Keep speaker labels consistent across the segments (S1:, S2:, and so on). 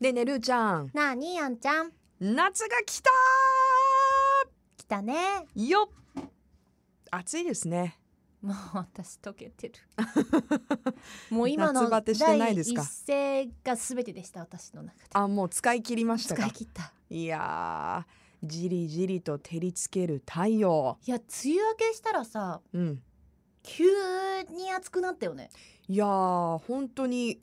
S1: ねえねえるーちゃん
S2: なあにやんちゃん
S1: 夏が来た
S2: 来たね
S1: ーよっ暑いですね
S2: もう私溶 けてるもう今
S1: 夏
S2: の
S1: バテしてない
S2: 第
S1: ですか
S2: 一声が全てでした私の中で
S1: あもう使い切りました
S2: 使い
S1: か
S2: 切った
S1: いやーじりじりと照りつける太陽
S2: いや梅雨明けしたらさ
S1: うん
S2: 急に暑くなったよね
S1: いやー本当に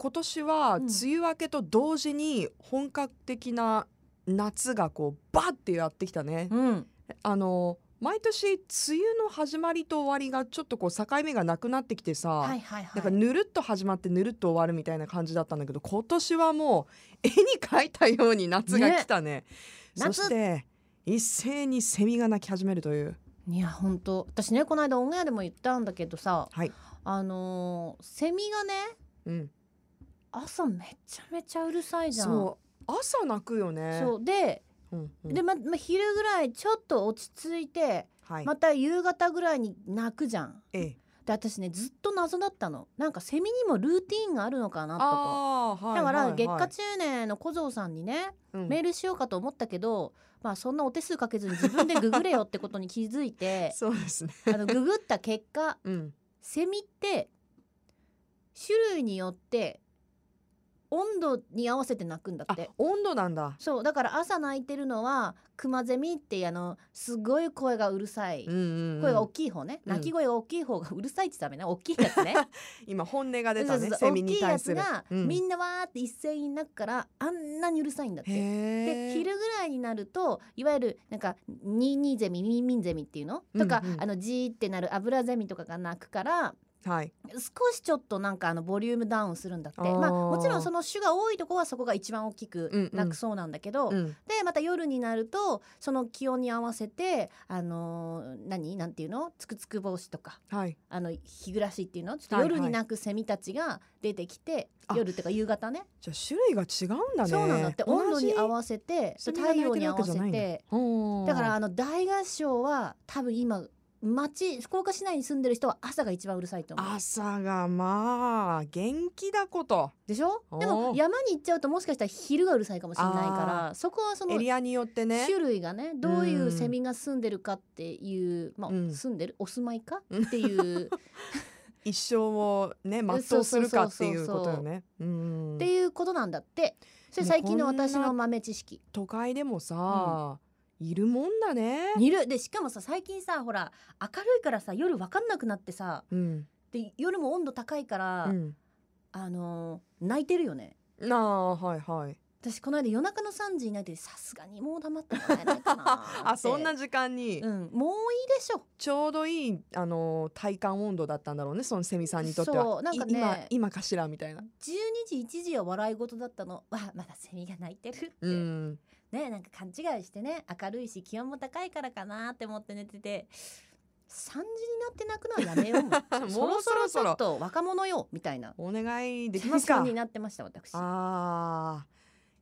S1: 今年は
S2: うん
S1: 梅雨明けと同時に本格的な夏がこうバッてやってきたね、
S2: うん
S1: あの毎年梅雨の始まりと終わりがちょっとこう境目がなくなってきてさ、
S2: はいはいは
S1: ないんかぬるっと始まってぬるっと終わるみたいな感じだったんだけど今年はもう絵に描いたように夏が来たねそ
S2: 夏
S1: して一斉にセミが鳴き始めるという
S2: いや本当私ねこの間オンエアでも言ったんだけどさ、
S1: はい
S2: あのーセミがね
S1: うん
S2: 朝めちゃめちゃうるさいじゃん
S1: そう朝鳴くよね
S2: そうで
S1: うんうん
S2: でまま昼ぐらいちょっと落ち着いて
S1: はい
S2: また夕方ぐらいに泣くじゃん。
S1: ええ
S2: で私ねずっと謎だったのなんかセミにもルーティーンがあるのかなとか。
S1: ああはい
S2: だか
S1: はい
S2: ら
S1: はい
S2: 月下中年の小僧さんにね
S1: うん
S2: メールしようかと思ったけど、まあそんなお手数かけずに自分でググれよってことに気づいて
S1: そうですね
S2: あのググった結果
S1: うん
S2: セミって種類によって温度に合わせて鳴くんだっ
S1: あ
S2: て
S1: 温度なんだ
S2: そうだから朝鳴いてるのはクマゼミっていうあのすごい声がうるさい
S1: うんうんうん
S2: 声が大きい方ね、
S1: うん
S2: 鳴き声が大きい方がうるさいってダメね大きいやつね
S1: 今本音が出た
S2: そう
S1: ね
S2: そうそう
S1: セミに対する
S2: 大きいやつが、
S1: うん
S2: みんなわーって一斉に鳴くからあんなにうるさいんだっ
S1: へ
S2: て。
S1: え
S2: で昼ぐらいになるといわゆるなんかニーニーゼミミーミンゼミっていうの、とか
S1: うんうん
S2: あのジーってなるアブラゼミとかが鳴くから
S1: はい
S2: 少しちょっとなんかあのボリュームダウンするんだって
S1: あー
S2: まあもちろんその種が多いとこはそこが一番大きく鳴くそうなんだけど、
S1: うん
S2: でまた夜になるとその気温に合わせてあのー何なんていうのつくつく帽子とか
S1: はい
S2: あの日暮らしっていうのちょっと
S1: はいはい
S2: 夜に鳴くセミたちが出てきて、
S1: あ
S2: 夜っていうか夕方ね
S1: じゃあ種類が違うんだね
S2: そうなんだって温度に合
S1: わ
S2: わせて
S1: セミが
S2: 太陽に合わ
S1: 鳴いてるわけ
S2: せ
S1: じゃないん
S2: て
S1: せ
S2: だからあの大合唱は多分今町福岡市内に住んでる人は朝が一番うるさいと思う
S1: 朝がまあ元気だこと
S2: でしょで
S1: お
S2: も
S1: ー
S2: 山に行っちゃうともしかしたら昼がうるさいかもしれないからそこはその
S1: エリアによってね
S2: 種類がねどういうんうセミが住んでるかっていう、まあ、
S1: うん
S2: 住んでるお住まいか
S1: うん
S2: っ ていう
S1: 一生をね全うするかっていうことよねうん
S2: っていうことなんだってそれ最近の
S1: もうこんな
S2: 私の豆知識
S1: 都会でもさ、いるもんだね、
S2: 煮るでしかもさ最近さほら明るいからさ夜わかんなくなってさ
S1: うん
S2: で夜も温度高いから、
S1: うん、
S2: あのー泣いてるよね
S1: なあはいはい
S2: 私この間夜中の3時に泣いてさすがにもう黙ってもらえないかなって
S1: あそんな時間に
S2: うん、もういいでしょ
S1: ちょうどいいあの体感温度だったんだろうねそのセミさんにとって
S2: そ
S1: は
S2: うなんかね
S1: い今今かしらみたいな
S2: 12時1時は笑い事だったのわまだセミが泣いてるって、
S1: うん
S2: ねなんか勘違いしてね明るいし気温も高いからかなって思って寝てて3時になって泣くのはやめようも うそろそろちょっと若者よみたいな
S1: お願いできます
S2: テンショ
S1: か
S2: ンになってました私
S1: あー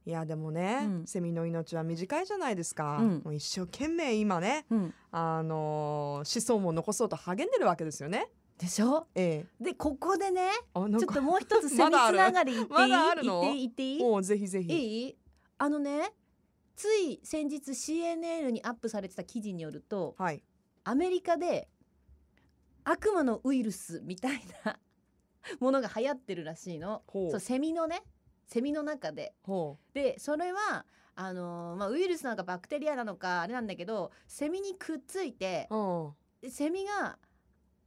S1: いやでもね、
S2: うん
S1: セミの命は短いじゃないですか、
S2: うん
S1: もう一生懸命今ね
S2: うん、
S1: あのー子孫を残そうと励んでるわけですよね。
S2: でしょ
S1: ええ、
S2: でここでね
S1: あなん
S2: ちょっ
S1: か
S2: ともう一つセ
S1: ま
S2: ミつ
S1: だある
S2: ながり言っていい、
S1: まだあるの
S2: 言っていい言っていい
S1: もうぜひぜひ。
S2: いいあのねつい先日 CNN にアップされてた記事によると
S1: はい。
S2: アメリカで悪魔のウイルスみたいな ものが流行ってるらしいの。
S1: ほ
S2: そう
S1: う。
S2: セミのねセミの中で。
S1: ほ
S2: でそれはあのーまあ、ウイルスなのかバクテリアなのかあれなんだけどセミにくっついて
S1: う。うん。
S2: セミが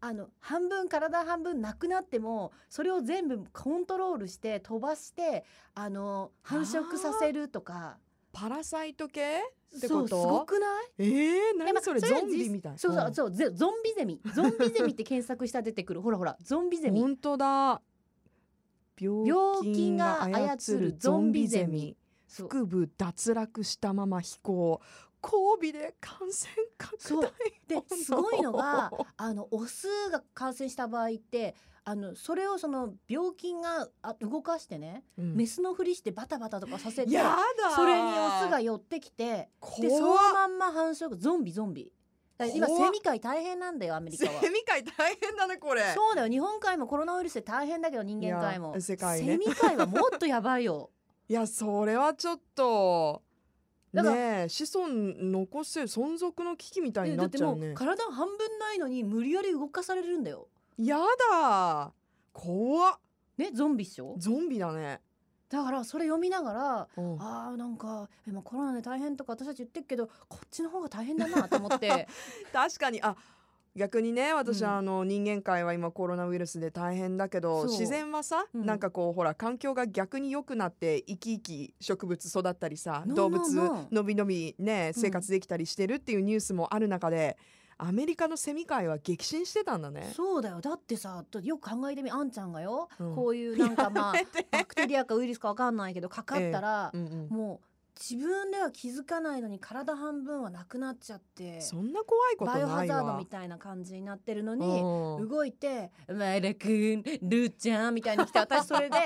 S2: あの半分体半分なくなってもそれを全部コントロールして飛ばしてあのー繁殖させるとか。
S1: パラサイト系？って
S2: そ
S1: こと
S2: うすごくない
S1: ええ何
S2: えまあ
S1: それ
S2: それは
S1: ゾンビ
S2: 実
S1: みたい。
S2: そうそ
S1: ん
S2: うそうゼゾンビゼミゾンビゼミって検索したら出てくるほらほらゾンビゼミ
S1: 本当だ。病菌が操るゾンビゼミ。
S2: そう
S1: 腹部脱落したまま飛行。交尾で感染拡
S2: そ
S1: 大
S2: う。で
S1: Oh no
S2: すごいの があのオスが感染した場合ってあのそれをその病菌があ動かしてね、
S1: うん
S2: メスのふりしてバタバタとかさせて
S1: やだ。
S2: それにオスが寄ってきて
S1: 怖
S2: で
S1: っ
S2: そのまんま繁殖ゾンビゾンビだから今
S1: 怖っ
S2: セミ界大変なんだよアメリカは
S1: セミ界大変だねこれ。
S2: そうだよ日本界もコロナウイルスで大変だけど人間界
S1: い
S2: も
S1: や世界ね
S2: セミ界はもっとやばいよ
S1: いやそれはちょっと
S2: だから
S1: ねえ子孫残せ存続の危機みた いにな
S2: だっ
S1: ってちゃ
S2: も
S1: う
S2: う
S1: ね
S2: 体半分ないのに無理やり動かされるんだよ。
S1: やだ怖っ
S2: ねゾンビっしょ
S1: ゾンビだね、
S2: だからそれ読みながら
S1: うん
S2: あーなんか今コロナで大変とか私たち言ってるけどこっちの方が大変だなと思って
S1: 確かにあ逆にね私、
S2: うん
S1: あの人間界は今コロナウイルスで大変だけど
S2: そう
S1: 自然はさ、
S2: うん
S1: なんかこうほら環境が逆に良くなって生き生き植物育ったりさ
S2: の
S1: 動物
S2: のの
S1: のびのびね
S2: うん
S1: 生活できたりしてるっていうニュースもある中で、アメリカのセミ界は激震してたんだね。
S2: そうだよだってさとよく考えてみあんちゃんがよ、
S1: うん
S2: こういうなんかま あ
S1: やめて
S2: バクテリアかウイルスかわかんないけどかかったら、
S1: うんうん
S2: もう自分では気づかないのに体半分はなくなっちゃって
S1: そんな怖いこと
S2: バイオハ
S1: ない
S2: ザード
S1: わ
S2: み。たいな感じになってるの
S1: う
S2: に。
S1: ん
S2: 動いて「前田くんルーちゃん」みたいに来て私それで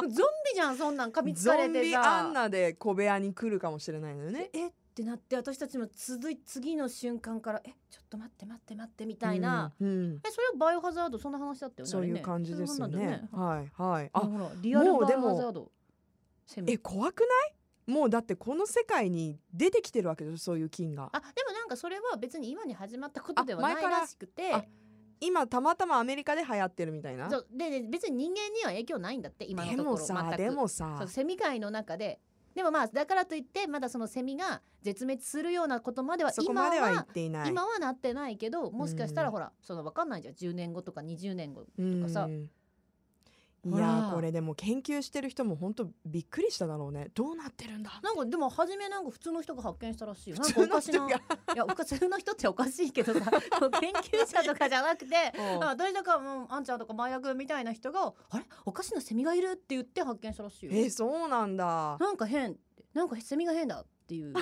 S2: ゾンビじゃんそんなん噛みつ
S1: ゾ
S2: かれ
S1: ン
S2: て
S1: ビア
S2: さ
S1: ン。ナで小部屋に来るかもしれないのよね
S2: で。えってなって私たちも続い次の瞬間から「えちょっと待って待って待って」みたいな、
S1: うんうん
S2: えそれはバイオハザードそんな話だったよね
S1: そうい
S2: あれ
S1: う
S2: ね
S1: 感じですよ
S2: そういう
S1: ね。
S2: 話なんだよ
S1: はいはい。
S2: あ
S1: あ
S2: ほらリアル
S1: もう
S2: バイ
S1: で
S2: オ
S1: も
S2: ハザードセミ
S1: え怖くないもうだってこの世界に出てきてるわけでしょそういう菌が
S2: あでもなんかそれは別に今に始まったことでは
S1: あ前
S2: ない
S1: から
S2: らしくて
S1: あ今たまたまアメリカで流行ってるみたいな
S2: そうでで別に人間には影響ないんだって今の
S1: で
S2: ところ
S1: もさ
S2: 全く
S1: でも
S2: そ
S1: さ
S2: うセミ界の中ででもまあだからといってまだそのセミが絶滅するようなことまでは
S1: そこ
S2: 今
S1: までは言っ
S2: は
S1: ていない
S2: 今はなってないけどもしかした
S1: う
S2: ら
S1: ん
S2: ほらそのわかんないじゃん10年後とか20年後
S1: うん
S2: とかさ
S1: いや
S2: ほら
S1: ーこれでも研究してる人も本当びっくりしただろうねどうなってるんだ
S2: なんかでも初めなんか普通の人が発見したらしいよ
S1: 普
S2: なんか
S1: 通の
S2: おかし
S1: 人
S2: な
S1: が
S2: いやおか普通の人っておかしいけ どさその研究者とかじゃなくて
S1: うん
S2: あ誰だかもうあんちゃんとか前田君みたいな人があれおかしなセミがいるって言って発見したらしい よ
S1: えそうなんだ
S2: なんか変ってなんかセミが変だっていう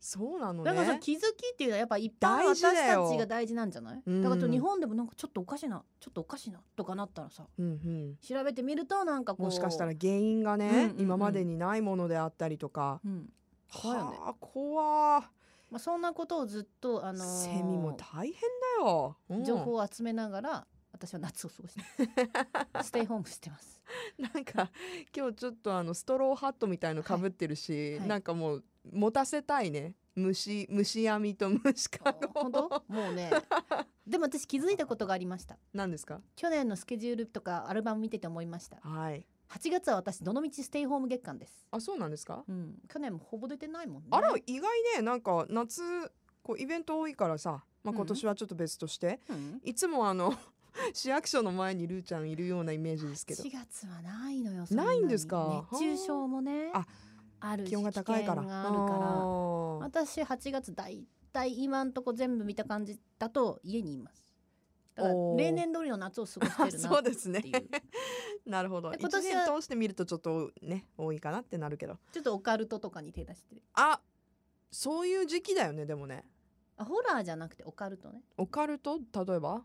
S1: そうなの
S2: だからその
S1: ね
S2: 気づきっていうのはやっぱ一般
S1: 大
S2: の私
S1: 事だよ
S2: たちが大事なんじゃない
S1: うん
S2: だからちょっと日本でもなんかちょっとおかしいなちょっとおかしいなとかなったらさ
S1: うんうん
S2: 調べてみるとなんかこう
S1: もしかしたら原因が
S2: うんうん
S1: ね
S2: うん
S1: 今までにないものであったりとか
S2: うん、怖いよね
S1: はあ怖ー
S2: まあ、そんなことをずっとあのー
S1: セミも大変だよ、うん
S2: 情報を集めながら私は夏を過ごしてますステイホームしてます
S1: なんか今日ちょっとあのストローハットみたいのかぶってるし、
S2: はいはい
S1: なんかもう持たせたいね虫虫網と虫か ご
S2: 本当もうねでも私気づいたことがありました
S1: 何ですか
S2: 去年のスケジュールとかアルバム見てて思いました
S1: はい
S2: 8月は私どのみちステイホーム月間です、
S1: あそうなんですか、
S2: うん、去年もほぼ出てないもんね
S1: あら意外ねなんか夏こうイベント多いからさ、まあ、
S2: うん
S1: 今年はちょっと別として、
S2: うん
S1: いつもあの 市役所の前にルーちゃんいるようなイメージですけど
S2: 4月はないのよそ
S1: ないん
S2: に
S1: ですか
S2: 熱中症もねあ
S1: あ
S2: るし
S1: 気温が高いから
S2: 危険が
S1: あ
S2: あるから
S1: ー
S2: 私8月だいたい今んとこ全部見た感じだと家にいますだから
S1: おー
S2: 例年通りの夏を過ごしてるな
S1: そうですね
S2: っていう
S1: なるほど
S2: で
S1: 一
S2: 今年は
S1: 年通して見るとちょっとね多いかなってなるけど
S2: ちょっとオカルトとかに手出してる
S1: あそういう時期だよねでもね
S2: あホラーじゃなくてオカルトね
S1: オカルト例えば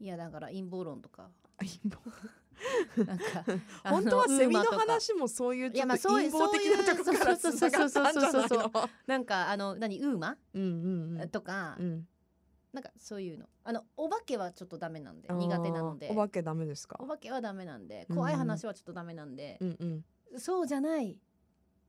S2: いやだから陰謀論とか
S1: 陰謀
S2: なんかあ
S1: 本当はセミの
S2: ウーマとか
S1: 話もそういう
S2: い
S1: ち
S2: や
S1: ょっ
S2: まあ
S1: と
S2: そういう
S1: 陰謀的なとこから
S2: そう
S1: つ
S2: いう
S1: ながったんじゃない
S2: そうそうそうそうそう
S1: の
S2: なんかあの何ウーマ
S1: うんうんうん
S2: とか、
S1: うん
S2: なんかそういうのあのお化けはちょっとダメなんで苦手なので
S1: あーお化けダメですか
S2: お化けはダメなんで
S1: うん
S2: 怖い話はちょっとダメなんで
S1: う、んうん
S2: そうじゃない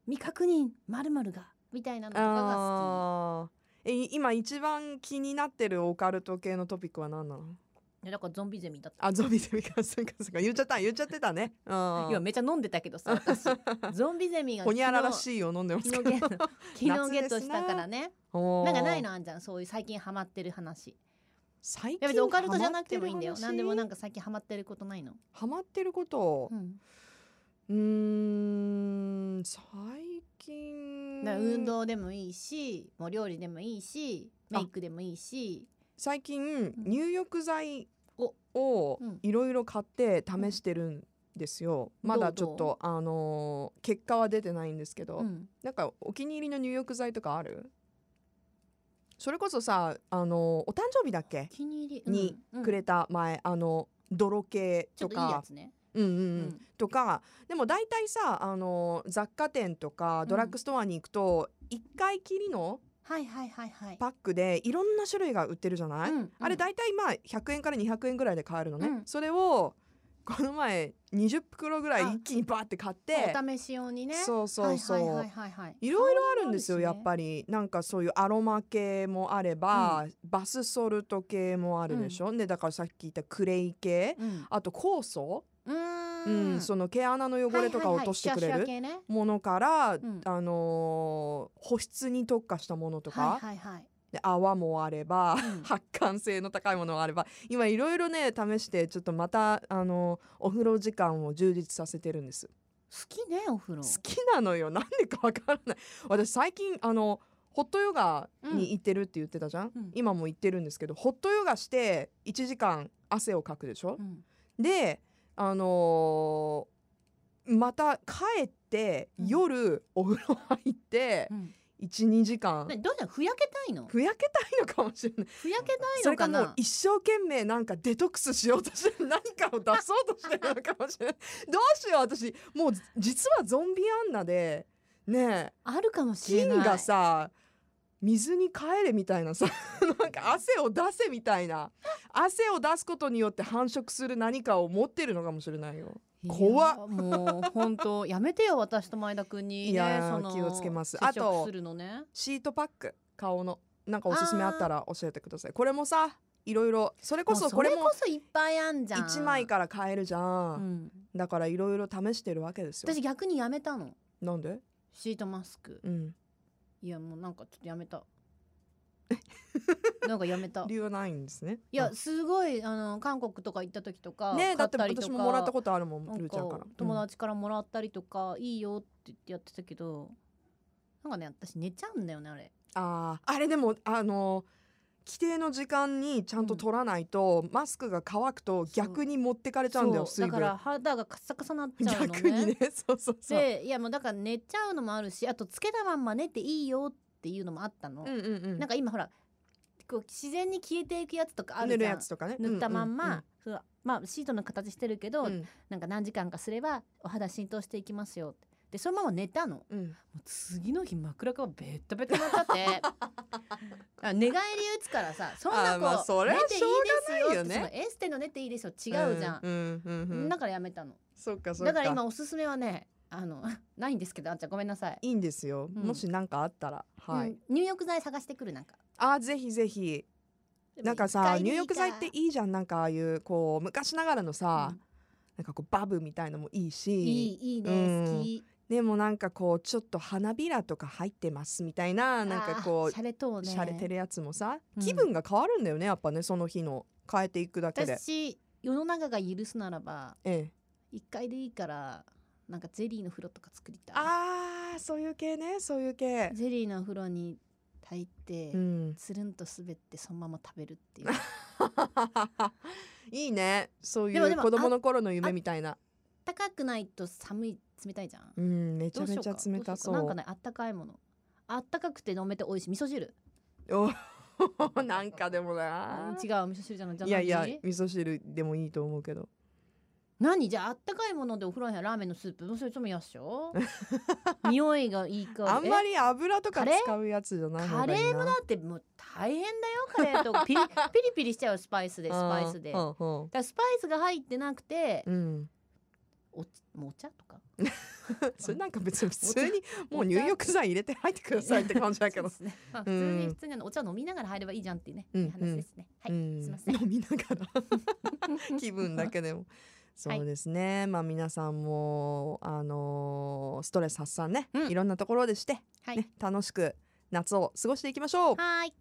S2: 未確認まるまるがみたいなのとかが好
S1: あーえい今一番気になってるオカルト系のトピックは何なの
S2: きいやだからゾンビゼミだった
S1: あゾンビゼミかそうかそうか言っちゃった言っちゃってたねうん
S2: 今めっちゃ飲んでたけ どさ私ゾンビゼミが
S1: ほにゃらら
S2: い
S1: しいよ飲んでます
S2: 昨
S1: け
S2: 日
S1: ど
S2: ゲット昨日ゲットしたからねな
S1: なん
S2: かないのあんじゃんそういう最近ハマってる話い
S1: 最
S2: や
S1: 近
S2: 別にオカルトじゃなくてもいいんだよ
S1: ハマってる話
S2: 何でもなんか最近ハマってることないの、
S1: ハマってること
S2: うん、
S1: うーん最近
S2: だから運動でもいいしもう料理でもいいしメイクでもいいし
S1: 最近入浴剤
S2: お
S1: を
S2: うん
S1: いろいろ買って試してるんですよ、
S2: うん
S1: まだち
S2: どう
S1: ょっとあのー結果は出てないんですけど、
S2: うん
S1: なんかお気に入りの入浴剤とかあるそれこそさあのーお誕生日だっ
S2: お
S1: け
S2: 気に入り、
S1: に
S2: うん
S1: くれた前あの泥系
S2: ちょ
S1: と
S2: っといいや
S1: か
S2: つね、
S1: うんうん
S2: う
S1: うんとかでも大体さあの雑貨店とかドラッグストアに行くと1回きりの
S2: はいはいはいはい
S1: パックでいろんな種類が売ってるじゃない、
S2: うんうん
S1: あれ大体まあ100円から200円ぐらいで買えるのね、
S2: うん
S1: それをこの前20袋ぐら
S2: あ
S1: い一気にバーって買って
S2: お試し用にね
S1: そうそうそう、
S2: はいいはいはいはいはい
S1: ろいろあるんですよ、やっ
S2: り
S1: ぱりなんかそういうアロマ系もあれば、バスソルト系もあるでしょ、でだからさっき言ったクレイ系
S2: うん
S1: あと酵素、
S2: う
S1: う
S2: ー
S1: ん
S2: ん
S1: その毛穴の汚れとかを落としてくれるものから、
S2: ん
S1: あのー保湿に特化したものとか、
S2: はいはいはい
S1: で泡もあれば、
S2: うん
S1: 発汗性の高いものもあれば今いろいろね試してちょっとまたあのお風呂時間を充実させてるんです
S2: 好きねお風呂
S1: 好きなのよなんでかわからない私最近あのホットヨガに行ってるって言ってたじゃん、
S2: うん
S1: 今も行ってるんですけどホットヨガして1時間汗をかくでしょ
S2: う、ん
S1: であのーまた帰って
S2: うん
S1: 夜お風呂入って
S2: うん
S1: 12時間
S2: ねどうしたふやけたいの
S1: ふやけたいのかもしれない
S2: ふやけたい
S1: そ
S2: の
S1: れか
S2: か
S1: もう
S2: な
S1: 一生懸命なんかデトックスしようとしてる何かを出そうとしてるのかもしれないどうしよう私もう実はゾンビアンナでねえ
S2: あるかもしれない
S1: 菌がさ水に帰れみたいなさ なんか汗を出せみたいな汗を出すことによって繁殖する何かを持ってるのかもしれないよ
S2: いや
S1: 怖っ
S2: もう本当やめてよ私と前田君にね
S1: いやー
S2: その
S1: 気をつけます
S2: 接触
S1: あと
S2: するのね
S1: シートパック顔のなんかおすすめあったら教えてくださいこれもさいろいろそれこ
S2: も
S1: そうこれも
S2: こそいっぱいあんじゃん
S1: 1枚から買えるじゃ、
S2: うんん
S1: だからいろいろ試してるわけですよ
S2: 私逆にやめたの
S1: なんで
S2: シートマスク
S1: うん
S2: いやもうなんかちょっとやめた なんかや めた
S1: 理由はないんですね
S2: いやすごいあの韓国とか行った時とか
S1: ねえだ
S2: 買
S1: って
S2: たりと
S1: 私
S2: か
S1: ももらったことあるもん
S2: なん
S1: ルーちゃんから
S2: か友達からもらったりとか、いいよって言ってやってたけどなんかね私寝ちゃうんだよねあれ
S1: うんあーあれでもあの規定の時間にちゃんと取らないと、マスクが乾くと逆に持ってかれちゃうんだよ
S2: そ
S1: 水
S2: うだか
S1: 分
S2: ら肌がカサカサなっちゃうのね
S1: 逆にね そうそうそう
S2: でいやもうだから寝ちゃうのもあるしあとつけたまんま寝ていいよっていうのもあったの、
S1: うんうんうん
S2: なんか今ほらこう自然に消えていくやつとかある
S1: 塗
S2: じ
S1: る
S2: ゃ
S1: や
S2: ん
S1: つとかね
S2: 塗ったまんま、そうまあシートの形してるけど、
S1: うんうん
S2: なんか何時間かすればお肌浸透していきますよってでそのまま寝たのも
S1: うん
S2: う次の日枕がベッタベタになっちゃってあ 寝返り打つからさそんな
S1: あー
S2: こう、
S1: まあそれは
S2: 寝ていいですよ
S1: しょうがないよね
S2: ってそのエステの寝ていいですよ違うじゃん、
S1: うんうんうんうん
S2: だからやめたの
S1: そっかそっか
S2: だから今おすすめはねあの ないんですけどあんちゃんごめんなさい、
S1: いいんですよ、
S2: うん
S1: もし何かあったらはい、
S2: うん入浴剤探してくるなんか
S1: あーぜひぜひなんか
S2: でも
S1: さ
S2: 一回で
S1: 入
S2: いい
S1: 浴
S2: から
S1: 剤っていいじゃんなんかああいうこう昔ながらのさ、
S2: うん
S1: なんかこうバブみたいのもいいし
S2: いいいいね、
S1: うん
S2: 好き
S1: でもなんかこうちょっと花びらとか入ってますみたいななんかこ
S2: シャレと
S1: う
S2: ね
S1: 洒落てるやつもさ
S2: うん
S1: 気分が変わるんだよねやっぱねその日の変えていくだけで。
S2: 私世の中が許すならば
S1: ええ、
S2: 一回でいいからなんかゼリーの風呂とか作りたい
S1: あーそういう系ねそういう系。
S2: ゼリーの風呂に炊いて、
S1: うん、
S2: つるんと滑ってそのまま食べるっていう
S1: いいねそうい
S2: でもで
S1: う
S2: も
S1: 子供の頃の夢みたいな。
S2: 高くないと寒い冷たいじゃん
S1: うんめち
S2: ど
S1: ゃ
S2: うし
S1: め
S2: よう
S1: ち
S2: か
S1: ゃ冷たそう。
S2: どうしようかなんかねあったかいものあったかくて飲めて美味しい味噌汁
S1: お なんかでもな
S2: うん。違う味噌汁じゃないじゃ
S1: い
S2: あ
S1: や
S2: 何
S1: いや味噌汁でもいいと思うけど。
S2: 何じゃああったかいものでお風呂に入るラーメンのスープそれともやっしょ匂いがいいか ら
S1: あんまり油とか
S2: カレー
S1: 使うやつじゃない方
S2: カ
S1: が
S2: レ
S1: いいな
S2: ーもだってもう大変だよカレー とピリピリピリしちゃうスパイスでスパイスで、
S1: う
S2: だか
S1: んうん
S2: らスパイスが入ってなくて、
S1: うん、
S2: おちもうお茶とか
S1: それなんか別に普通にもう入浴剤入れて入ってくださいって感じだけど
S2: そう、ですねまあ、普通に
S1: うん
S2: 普通にあのお茶飲みながら入ればいいじゃんっていうね、
S1: うん
S2: いい話ですね、
S1: う
S2: はい、
S1: ん
S2: すいません
S1: 飲みながら 気分だけでもそうですね、まあ皆さんもあのーストレス発散ね、
S2: うん
S1: いろんなところでして、
S2: はい、
S1: ね、楽しく夏を過ごしていきましょう
S2: はーい